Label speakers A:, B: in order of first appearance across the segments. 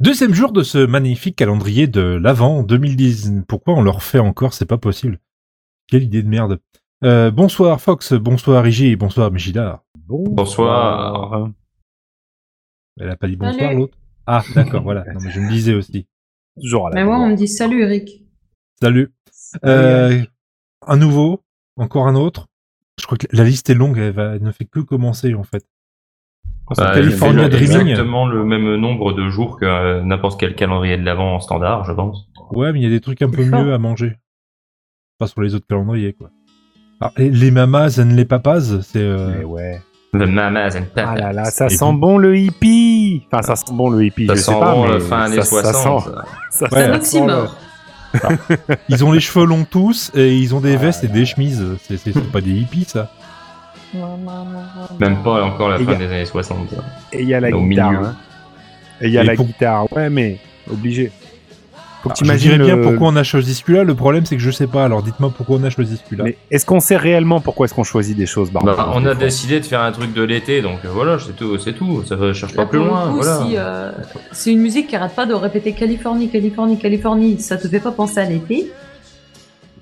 A: Deuxième jour de ce magnifique calendrier de l'Avent 2010. Pourquoi on le refait encore C'est pas possible. Quelle idée de merde. Euh, bonsoir Fox, bonsoir Rigi et bonsoir Michidar.
B: Bonsoir.
A: Elle a pas dit bonsoir
C: Salut.
A: l'autre Ah, d'accord, voilà. Non, mais je me disais aussi.
B: Toujours à
D: Ah,
B: la
C: Mais moi, on me dit salut, Eric.
A: Salut. Euh, un nouveau, encore un autre. Je crois que la liste est longue, elle, va- elle ne fait que commencer en fait.
B: Bah,
A: c'est California
B: c'est
A: Dreaming.
B: Exactement le même nombre de jours que euh, n'importe quel calendrier de l'avant en standard, je pense.
A: Ouais, mais il y a des trucs un peu
C: C'est fort.
A: mieux à manger. Pas sur les autres calendriers, quoi. Alors, les- les mamas and les papas, c'est... euh,
D: Mais Eh ouais.
B: The Mamas and Papas.
D: Ah là là, ça
A: Et
D: sent
A: puis-
D: bon le hippie. Enfin, ça sent bon le hippie,
B: ça
D: je
B: sent
D: sais pas,
B: bon, euh,
D: mais
B: fin années
D: ça, ça
B: 60.
D: sent-
B: ça.
D: ça
A: Ouais.
C: C'est un
D: sent le-
C: oxymore.
A: Ils ont les cheveux longs tous et ils ont des
D: Ah
A: vestes et
D: là
A: des
D: là.
A: chemises. C'est- C'est c'est pas des hippies ça.
B: Même pas hein. encore la
D: Les
B: fin
D: gars.
B: des années 60. ça.
D: Et il y a la
B: Au
D: guitare.
B: milieu.
D: hein. Et il y a
A: Et
D: la
A: pour-
D: guitare. Ouais, mais obligé. Ah, Faut que
A: Alors, je
D: t'imagines
A: dirais bien
D: le-
A: pourquoi on a choisi celui-là. Le problème c'est que je sais pas. Alors dites-moi pourquoi on a choisi celui-là.
D: Mais est-ce qu'on sait réellement pourquoi est-ce qu'on choisit des choses Barbara
B: Bah, on a décidé de faire un truc de l'été, donc euh, voilà, c'est tout, c'est tout. Ça ne cherche pas
D: Bah,
C: Là,
B: plus
C: pour le
B: loin.
C: coup,
B: voilà.
C: si, euh, c'est une musique qui arrête pas de répéter Californie, Californie, Californie. Ça te fait pas penser à l'été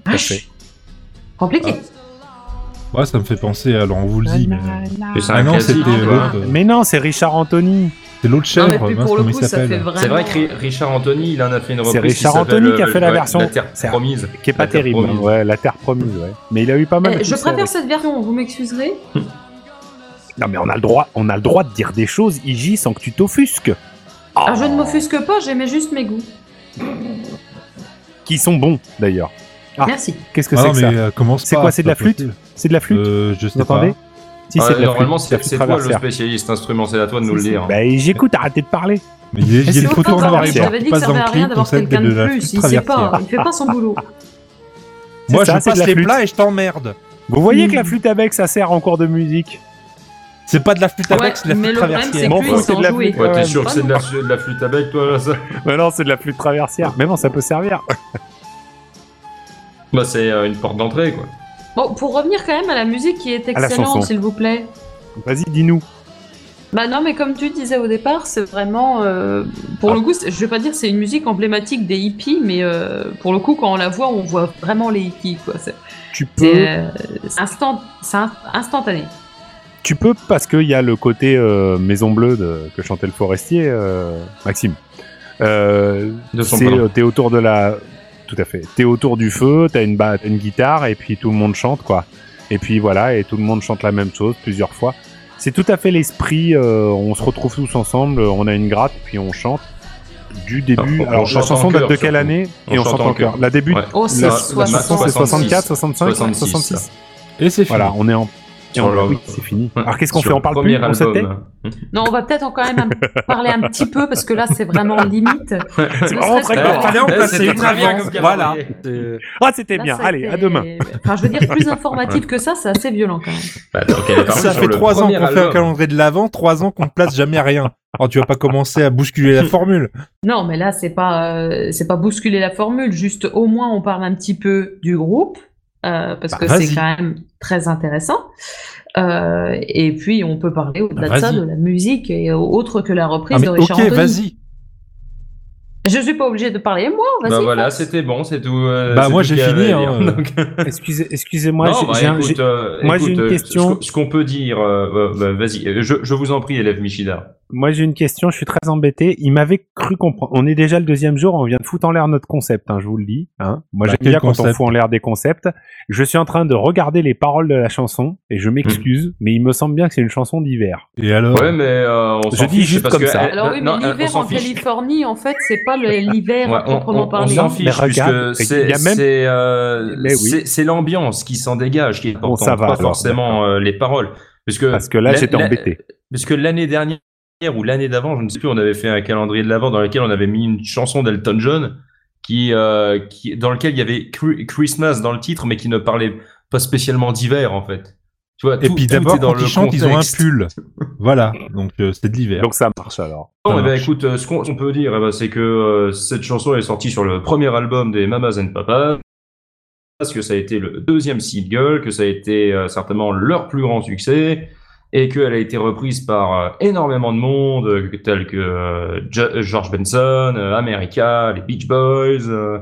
D: Parfait.
C: Compliqué.
A: Ah, Ouais, ça me fait penser. Alors on vous le dit. Mais...
B: Puis c'est
A: Ah
B: un
A: non, c'était
B: classique, quoi.
A: l'autre. euh,
D: Mais non, c'est Richard Anthony.
A: C'est l'autre
C: non,
A: chèvre.
C: mais puis
A: mince,
C: pour le
A: comment il
C: coup, ça fait
A: s'appelle hein.
C: vraiment. Eh,
B: C'est vrai que Ri- Richard Anthony, il en a fait une reprise.
D: C'est Richard
B: s'appelle,
D: Anthony
B: euh,
D: qui a fait la
B: ouais,
D: version-
B: La Terre
D: c'est-
B: promise.
D: Qui est pas
B: La Terre
D: terrible.
B: promise.
D: hein. Ouais, la Terre promise, ouais. Mais il a eu pas mal
C: Eh,
D: de
C: je
D: succès
C: préfère
D: avec.
C: cette version, vous m'excuserez.
D: Non, mais on a le droit, on a le droit de dire des choses, Iji, sans que tu t'offusques. Ah.
C: Alors, Ah, je ne m'offusque pas, j'aimais juste mes goûts.
D: Qui sont bons, d'ailleurs. Ah.
C: Merci.
D: Qu'est-ce que
A: Ah
D: c'est
A: non
D: que
A: mais
D: ça
A: euh, commence
D: C'est
A: pas,
D: quoi, c'est de la
A: pas
D: flûte
A: possible.
D: C'est de la flûte
A: Euh, Je sais
D: Vous entendez
A: pas.
D: Si,
B: Ah,
D: c'est de la
B: normalement,
D: flûte, c'est de la
B: c'est c'est
D: flûte
B: toi le
D: traversière.
B: spécialiste instrument, c'est à toi de nous le
D: Si, si.
B: dire.
D: Bah, j'écoute, arrêtez de parler.
A: Mais il y a- il y a
D: C'est
A: des
D: autant
A: photos en noir et
D: traversière.
A: blanc.
C: J'avais
A: qui
C: dit que
A: passent
C: ça
A: dans
C: servait
A: le
C: à rien
A: clip,
C: d'avoir
A: concept
C: quelqu'un de
A: la
C: plus.
A: flûte
C: Il sait pas,
A: traversière.
C: il fait pas son boulot.
D: Ah, C'est
A: Moi je
D: ça, c'est de
A: passe
D: la
A: les
D: flûte.
A: plats et je t'emmerde.
D: Vous voyez que
C: Hmm.
D: la flûte avec, ça sert en cours de musique.
A: C'est pas de la flûte
C: Ouais,
A: avec, c'est de la
C: mais
A: flûte
C: le problème, c'est
A: traversière.
D: Bon,
C: que lui,
D: faut
C: il
D: c'est de
C: s'en
D: la
C: jouer.
D: flûte.
B: Ouais,
D: Ouais,
B: t'es sûr que
C: pas
B: c'est de
C: nous.
B: la, de la flûte avec toi là ça
D: Mais non, c'est de la flûte traversière. Mais bon, ça peut servir.
B: Bah c'est euh, une porte d'entrée quoi.
C: Bon, pour revenir quand même à la musique qui est
D: À la chanson.
C: excellente, s'il vous plaît.
D: Vas-y, dis-nous.
C: Bah non, mais comme tu disais au départ, c'est vraiment, euh, pour
D: Ah.
C: le coup, c'est- je vais pas dire que c'est une musique emblématique des hippies, mais euh, pour le coup, quand on la voit, on voit vraiment les hippies, quoi. C'est
D: Tu peux,
C: c'est, euh, c'est instant, c'est in- instantané.
D: tu peux parce qu'il y a le côté euh, Maison Bleue de- que chantait le forestier, euh, Maxime. Euh,
B: De son
D: c'est,
B: ballon.
D: euh, t'es autour de la, tout à fait. T'es autour du feu, t'as une, ba- une guitare et puis tout le monde chante quoi. Et puis voilà, et tout le monde chante la même chose plusieurs fois. C'est tout à fait l'esprit. euh, on se retrouve tous ensemble, on a une gratte puis on chante du début.
B: on
D: Alors, la
B: chante
D: chanson
B: en
D: date de
B: chœur,
D: quelle
B: surtout.
D: année
B: On
D: Et on chante en chœur. La début,
B: Ouais.
C: Oh, c'est
D: La-
B: la
D: la
B: chanson,
D: chanson, c'est
C: 66.
D: 64, 65,
B: 66,
D: 66.
A: Et c'est fini.
D: Voilà, on est en.
B: Sur
D: on-
B: le-
D: oui, c'est fini.
B: Oh Ouais.
D: Alors qu'est-ce qu'on
B: Sur
D: fait On
B: le
D: parle
B: premier
D: plus On s'était
B: album.
C: Non, on va peut-être en quand même un- parler un petit peu parce que là, c'est vraiment limite.
D: C'est vraiment très
B: Ouais.
D: court.
B: Fallait en placer une avant. Voilà.
D: Ah, c'était
C: Là,
D: bien.
C: ça a
D: Allez,
C: été-
D: à demain.
C: Enfin, je veux dire, plus informatif que ça, c'est assez violent quand même.
B: Bah, donc, elle est partie
A: Ça
B: sur
A: fait
B: le
A: trois ans
B: premier
A: qu'on fait un
B: album.
A: calendrier de l'avant, trois ans qu'on ne place jamais rien. Alors tu vas pas commencer à bousculer la formule.
C: Non, mais là, c'est pas, euh, c'est pas bousculer la formule, juste au moins on parle un petit peu du groupe, euh, parce
A: Bah,
C: que c'est
A: vas-y.
C: quand même très intéressant. Euh, et puis, on peut parler au-delà
A: Bah,
C: de ça
A: vas-y.
C: de la musique et euh, autre que la reprise
A: Ah, mais
C: de Richard
A: ok,
C: Anthony.
A: vas-y.
C: Je suis pas obligée de parler, moi, vas-y.
B: Bah voilà,
C: Fox.
B: c'était bon, c'est tout. euh,
A: Bah,
B: c'est
A: moi,
B: tout
A: j'ai
B: qu'il y
A: fini,
B: avait à dire.
A: hein.
B: Donc,
D: Excusez, excusez-moi.
B: non,
D: j'ai-
B: bah,
D: j'ai un-
B: écoute,
D: j'ai-
B: euh,
D: moi, j'ai
B: écoute,
D: une
B: euh,
D: question.
B: ce qu'on- Ce qu'on peut dire, euh, euh, bah, vas-y, euh, je, je vous en prie, élève Michida.
D: Moi, j'ai une question. Je suis très embêté. Il m'avait cru comprendre. On est déjà le deuxième jour. On vient de foutre en l'air notre concept. hein, je vous le dis. hein. Moi,
A: Bah,
D: j'aime
A: quel
D: bien quand on
A: concept
D: fout en l'air des concepts. Je suis en train de regarder les paroles de la chanson et je m'excuse,
B: Hmm.
D: mais il me semble bien que c'est une chanson d'hiver.
A: Et alors
B: Ouais, mais euh, on
D: Je
B: s'en
D: dis
B: fiche
D: juste
B: parce
D: comme
B: que
D: ça.
B: euh,
C: Alors oui,
B: non,
C: mais
B: euh, on
C: l'hiver
B: s'en
C: en
B: fiche.
C: Californie, en fait, c'est pas le- l'hiver
B: Ouais,
C: à proprement
B: on
C: parler.
B: s'en
C: hein.
D: Mais
B: fiche puisque
D: regarde, il y
B: c'est
D: a même-
B: c'est, euh,
D: Mais oui.
B: c'est- c'est l'ambiance qui s'en dégage qui est
D: Bon,
B: importante,
D: ça va,
B: pas
D: alors,
B: forcément euh, les paroles. Puisque
D: Parce que là,
B: la-
D: j'étais
B: la-
D: embêté.
B: Parce que l'année dernière ou l'année d'avant, je ne sais plus, on avait fait un calendrier de l'avant dans lequel on avait mis une chanson d'Elton John qui, euh, qui dans lequel il y avait Cru- Christmas dans le titre, mais qui ne parlait pas spécialement d'hiver en fait. Tu vois,
A: Et
B: tout-
A: puis
B: tout est
A: d'abord,
B: dans
A: quand
B: le
A: ils chantent, ils ont un
B: contexte.
A: pull. Voilà, donc euh, c'était de l'hiver.
D: Donc ça marche alors.
B: Bon,
A: Ça
B: eh ben,
A: marche.
B: écoute, euh, ce qu'on ce qu'on peut dire, eh ben, c'est que euh, cette chanson est sortie sur le premier album des Mamas and Papas, que ça a été le deuxième single, que ça a été euh, certainement leur plus grand succès, et qu'elle a été reprise par euh, énormément de monde, euh, tels que euh, Jo- euh, George Benson, euh, America, les Beach Boys, euh,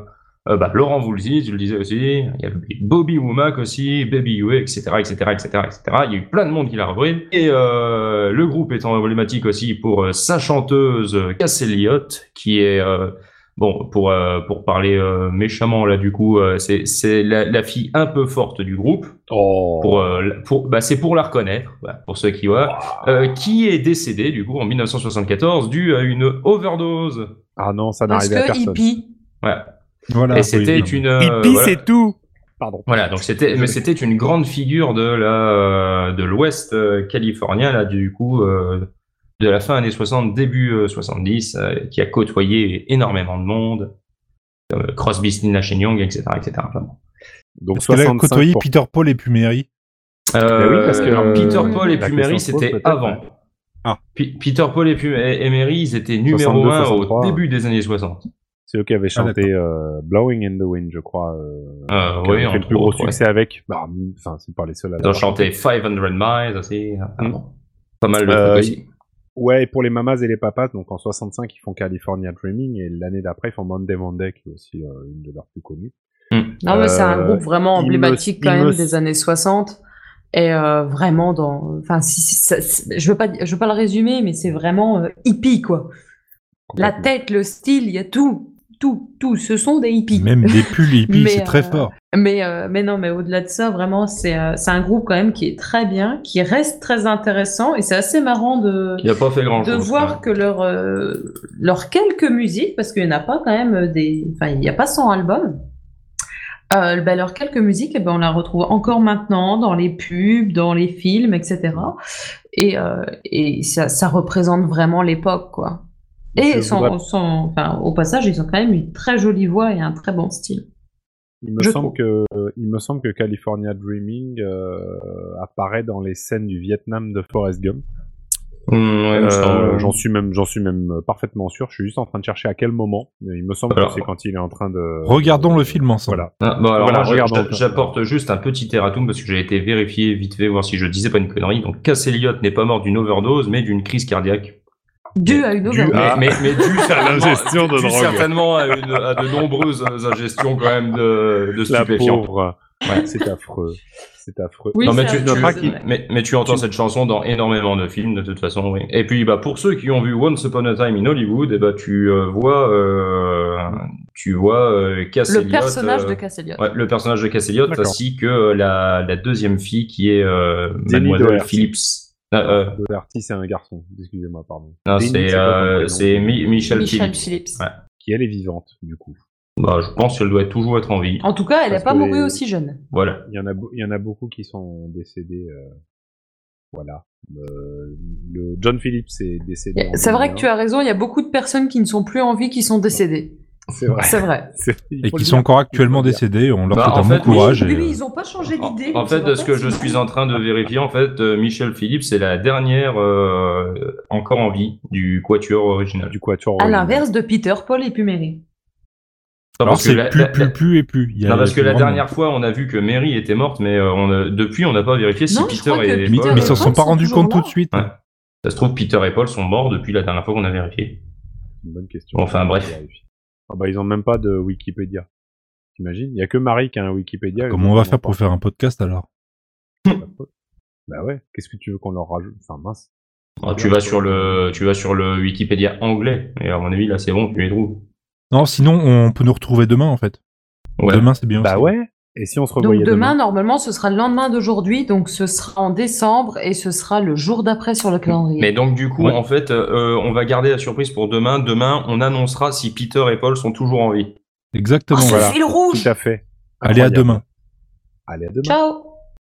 B: euh, bah, Laurent Voulzy, tu le disais aussi, il y a eu Bobby Womack aussi, Baby Huey, etc., etc., etc., etc. Il y a eu plein de monde qui l'a repris. Et euh, le groupe étant emblématique aussi pour euh, sa chanteuse euh, Cass Elliott, qui est... euh, Bon, pour, euh, pour parler euh, méchamment, là, du coup, euh, c'est- c'est la, la fille un peu forte du groupe
D: Oh.
B: pour, euh, la- pour bah, c'est pour la reconnaître, voilà, pour ceux qui voient, euh, qui est décédé du coup en 1974 dû à une overdose.
D: Ah non, ça
C: Parce
D: n'arrivait à
C: que
D: personne.
C: hippie.
A: Voilà.
B: et c'était
A: Oui,
B: une euh, voilà.
D: tout. Pardon.
B: Voilà, donc c'était mais c'était une grande figure de la euh, de l'Ouest euh, californien là du coup euh, de la fin années 60 début euh, 70 euh, qui a côtoyé énormément de monde comme euh, Crosby, Stills, Nash Young, etc., etc. Enfin, bon.
D: Donc
A: Parce qu'elle a côtoyé
D: 65%.
A: Peter Paul et Puméry.
B: Euh,
D: Ben oui, parce que- euh,
B: alors, Peter Paul et
D: La
B: Puméry,
D: question se pose
B: c'était
D: peut-être,
B: avant.
D: ouais.
A: Ah.
B: Pi- Peter Paul et, Pum- et- et Mary, ils étaient numéro
D: 62,
B: 1 au
D: 63,
B: début des années 60.
D: C'est eux qui avaient chanté
A: Ah,
D: euh, Blowing in the Wind, je crois. Euh,
B: Euh,
D: qui
B: oui,
D: avaient fait
B: entre
D: le plus gros
B: autres, ouais.
D: succès avec. Bah, Enfin, c'est pas les seuls à
B: Ils ont
D: l'avoir
B: chanté 500 Miles aussi. Ah,
D: Mm.
B: bon. Pas mal de
D: Euh,
B: trucs aussi.
D: Ouais, et pour les mamas et les papas, donc en 65, ils font California Dreaming, et l'année d'après, ils font Monday Monday, qui est aussi euh, une de leurs plus connues.
C: Non, mais c'est un
D: Euh,
C: groupe vraiment
D: il me-
C: emblématique
D: il
C: quand même
D: me-
C: des années 60. Et euh, vraiment dans, enfin, si, si- ça- c'est- je veux pas, je veux pas le résumer, mais c'est vraiment euh, hippie quoi. La
D: Complètement.
C: tête, le style, il y a tout, tout, tout. Ce sont des hippies.
A: Même des pulls hippies,
C: Mais,
A: c'est très
C: euh,
A: fort.
C: Mais, euh, mais non, mais au-delà de ça, vraiment, c'est euh, c'est un groupe quand même qui est très bien, qui reste très intéressant, et c'est assez marrant de
B: Il n'a pas fait hein. grand
C: de
B: chose.
C: voir que leur, euh, leur quelques musiques, parce qu'il n'y en a pas quand même euh, des. Enfin, il n'y a pas 100 albums. Euh, ben, leurs quelques musiques, eh ben, on la retrouve encore maintenant dans les pubs, dans les films, etc. Et, euh, et ça, ça représente vraiment l'époque, quoi.
D: Je
C: Et sans-
D: voudrais-
C: sans- enfin, au passage, ils ont quand même une très jolie voix et un très bon style.
D: Il me
C: je
D: semble que, euh, il me semble que California Dreaming euh, apparaît dans les scènes du Vietnam de Forrest Gump.
B: Mmh,
D: Euh, j'en suis même, j'en suis même euh, parfaitement sûr. Je suis juste en train de chercher à quel moment. Mais Il me semble
B: Alors.
D: que c'est quand il est en train de.
A: Regardons
D: euh,
A: le film ensemble.
D: Voilà.
B: bon, alors,
D: Voilà,
B: moi, je-
D: regarde,
B: je-
D: donc.
B: j'apporte juste un petit erratum parce que j'ai été vérifié vite fait, voir si je disais pas une connerie. Donc, Cass Elliott n'est pas mort d'une overdose, mais d'une crise cardiaque.
C: Dû à une
D: Dû
C: overdose.
D: Ah.
B: Mais, mais, mais dû certainement,
D: l'ingestion de
B: dû
D: drogue.
B: certainement à, une- à de nombreuses ingestions quand même de, de
D: La
B: stupéfiants.
D: pauvre.
B: Ouais.
D: c'est affreux. C'est affreux.
C: Oui,
B: non, mais
C: c'est
B: tu,
C: un
B: tu-
C: peu-
D: qui-
C: ouais.
B: mais, mais tu entends cette chanson dans énormément de films, de toute façon, oui. Et puis, bah, pour ceux qui ont vu Once Upon a Time in Hollywood, eh bah, tu euh, vois, euh, tu vois euh, Cass
C: Le
B: Elliot,
C: personnage
B: euh,
C: de Cass Elliot.
B: ouais, le personnage de Cass Elliot,
D: D'accord.
B: ainsi que euh, la, la deuxième fille qui est euh,
D: Danny
B: Mademoiselle
D: Doherty.
B: Phillips. Ah, euh,
D: Doherty, c'est un garçon. Excusez-moi, pardon.
B: non,
D: Danny,
B: c'est
D: c'est quoi son
B: euh,
D: prénom
B: c'est Mi- Michelle,
C: Michelle
B: Phillips.
C: Phillips.
B: Ouais.
D: Qui elle est vivante, du coup.
B: Bah, je pense qu'elle doit toujours être en vie.
C: En tout cas, elle n'a
D: Parce
C: pas
D: que
C: mouru
D: les-
C: aussi jeune.
B: Voilà.
D: Il y en a, beau- il y en a beaucoup qui sont décédés. euh, voilà. Euh, le John Phillips est décédé. en
C: C'est vrai que tu
D: 2001.
C: as raison, il y a beaucoup de personnes qui ne sont plus en vie qui sont décédées.
D: C'est vrai.
C: C'est vrai.
D: C'est- il
A: Et
D: faut
A: qui
D: le
A: sont
D: dire.
A: encore actuellement
D: Il faut le dire.
A: décédés. On leur
B: Bah,
A: souhaite
B: en
A: un
B: fait,
A: bon courage.
C: Oui,
A: et, euh,
C: ils n'ont pas changé
B: En,
C: d'idée.
B: en fait, de ce que je suis en train de vérifier, en fait, euh, Michelle Phillips c'est la dernière euh, encore en vie du quatuor original.
D: Du quatuor.
C: À
D: Royal.
C: l'inverse de Peter, Paul et Puméry.
B: Non,
A: Alors
B: parce que
A: c'est
B: la,
A: plus,
B: la-
A: plus, plus et plus. Il y a-
B: non, parce que la
A: vraiment-
B: dernière fois, on a vu que Mary était morte, mais euh, on a- depuis, on n'a pas vérifié si
C: Non, je
B: Peter
C: crois que
B: et
C: Peter
A: Mais,
B: Paul.
A: mais ils s'en
C: Paul
A: sont pas
C: sont
A: rendus
C: toujours
A: compte tout
C: là.
A: de suite.
B: euh, Ouais. Ça se trouve, Peter et Paul sont morts depuis la dernière fois qu'on a vérifié.
D: Une bonne question.
B: Enfin, bref.
D: Ah bah, ils ont même pas de Wikipédia. T'imagines Il y a que Marie qui a un Wikipédia.
A: Ah, Comment on va faire pour faire un podcast alors
D: Bah ouais. Qu'est-ce que tu veux qu'on leur rajoute Enfin mince.
B: Ah, tu vas sur le, tu vas sur le Wikipédia anglais. Et à mon avis, là, c'est bon, tu les trouves.
A: Non, sinon on peut nous retrouver demain en fait.
B: Ouais.
A: Demain c'est bien.
D: Bah
A: aussi.
D: ouais. Et si on se
C: Donc
D: revoyait
C: demain, normalement, ce sera le lendemain d'aujourd'hui, donc ce sera en décembre et ce sera le jour d'après sur le calendrier.
B: Mais donc du coup,
D: Ouais.
B: en fait, euh, on va garder la surprise pour demain. Demain, on annoncera si Peter et Paul sont toujours en vie.
A: Exactement.
C: Oh, ce
A: voilà.
C: fil
D: Tout
C: rouge
D: à fait.
A: Allez à
D: Ah, Incroyable.
A: demain.
D: Allez à demain.
C: Ciao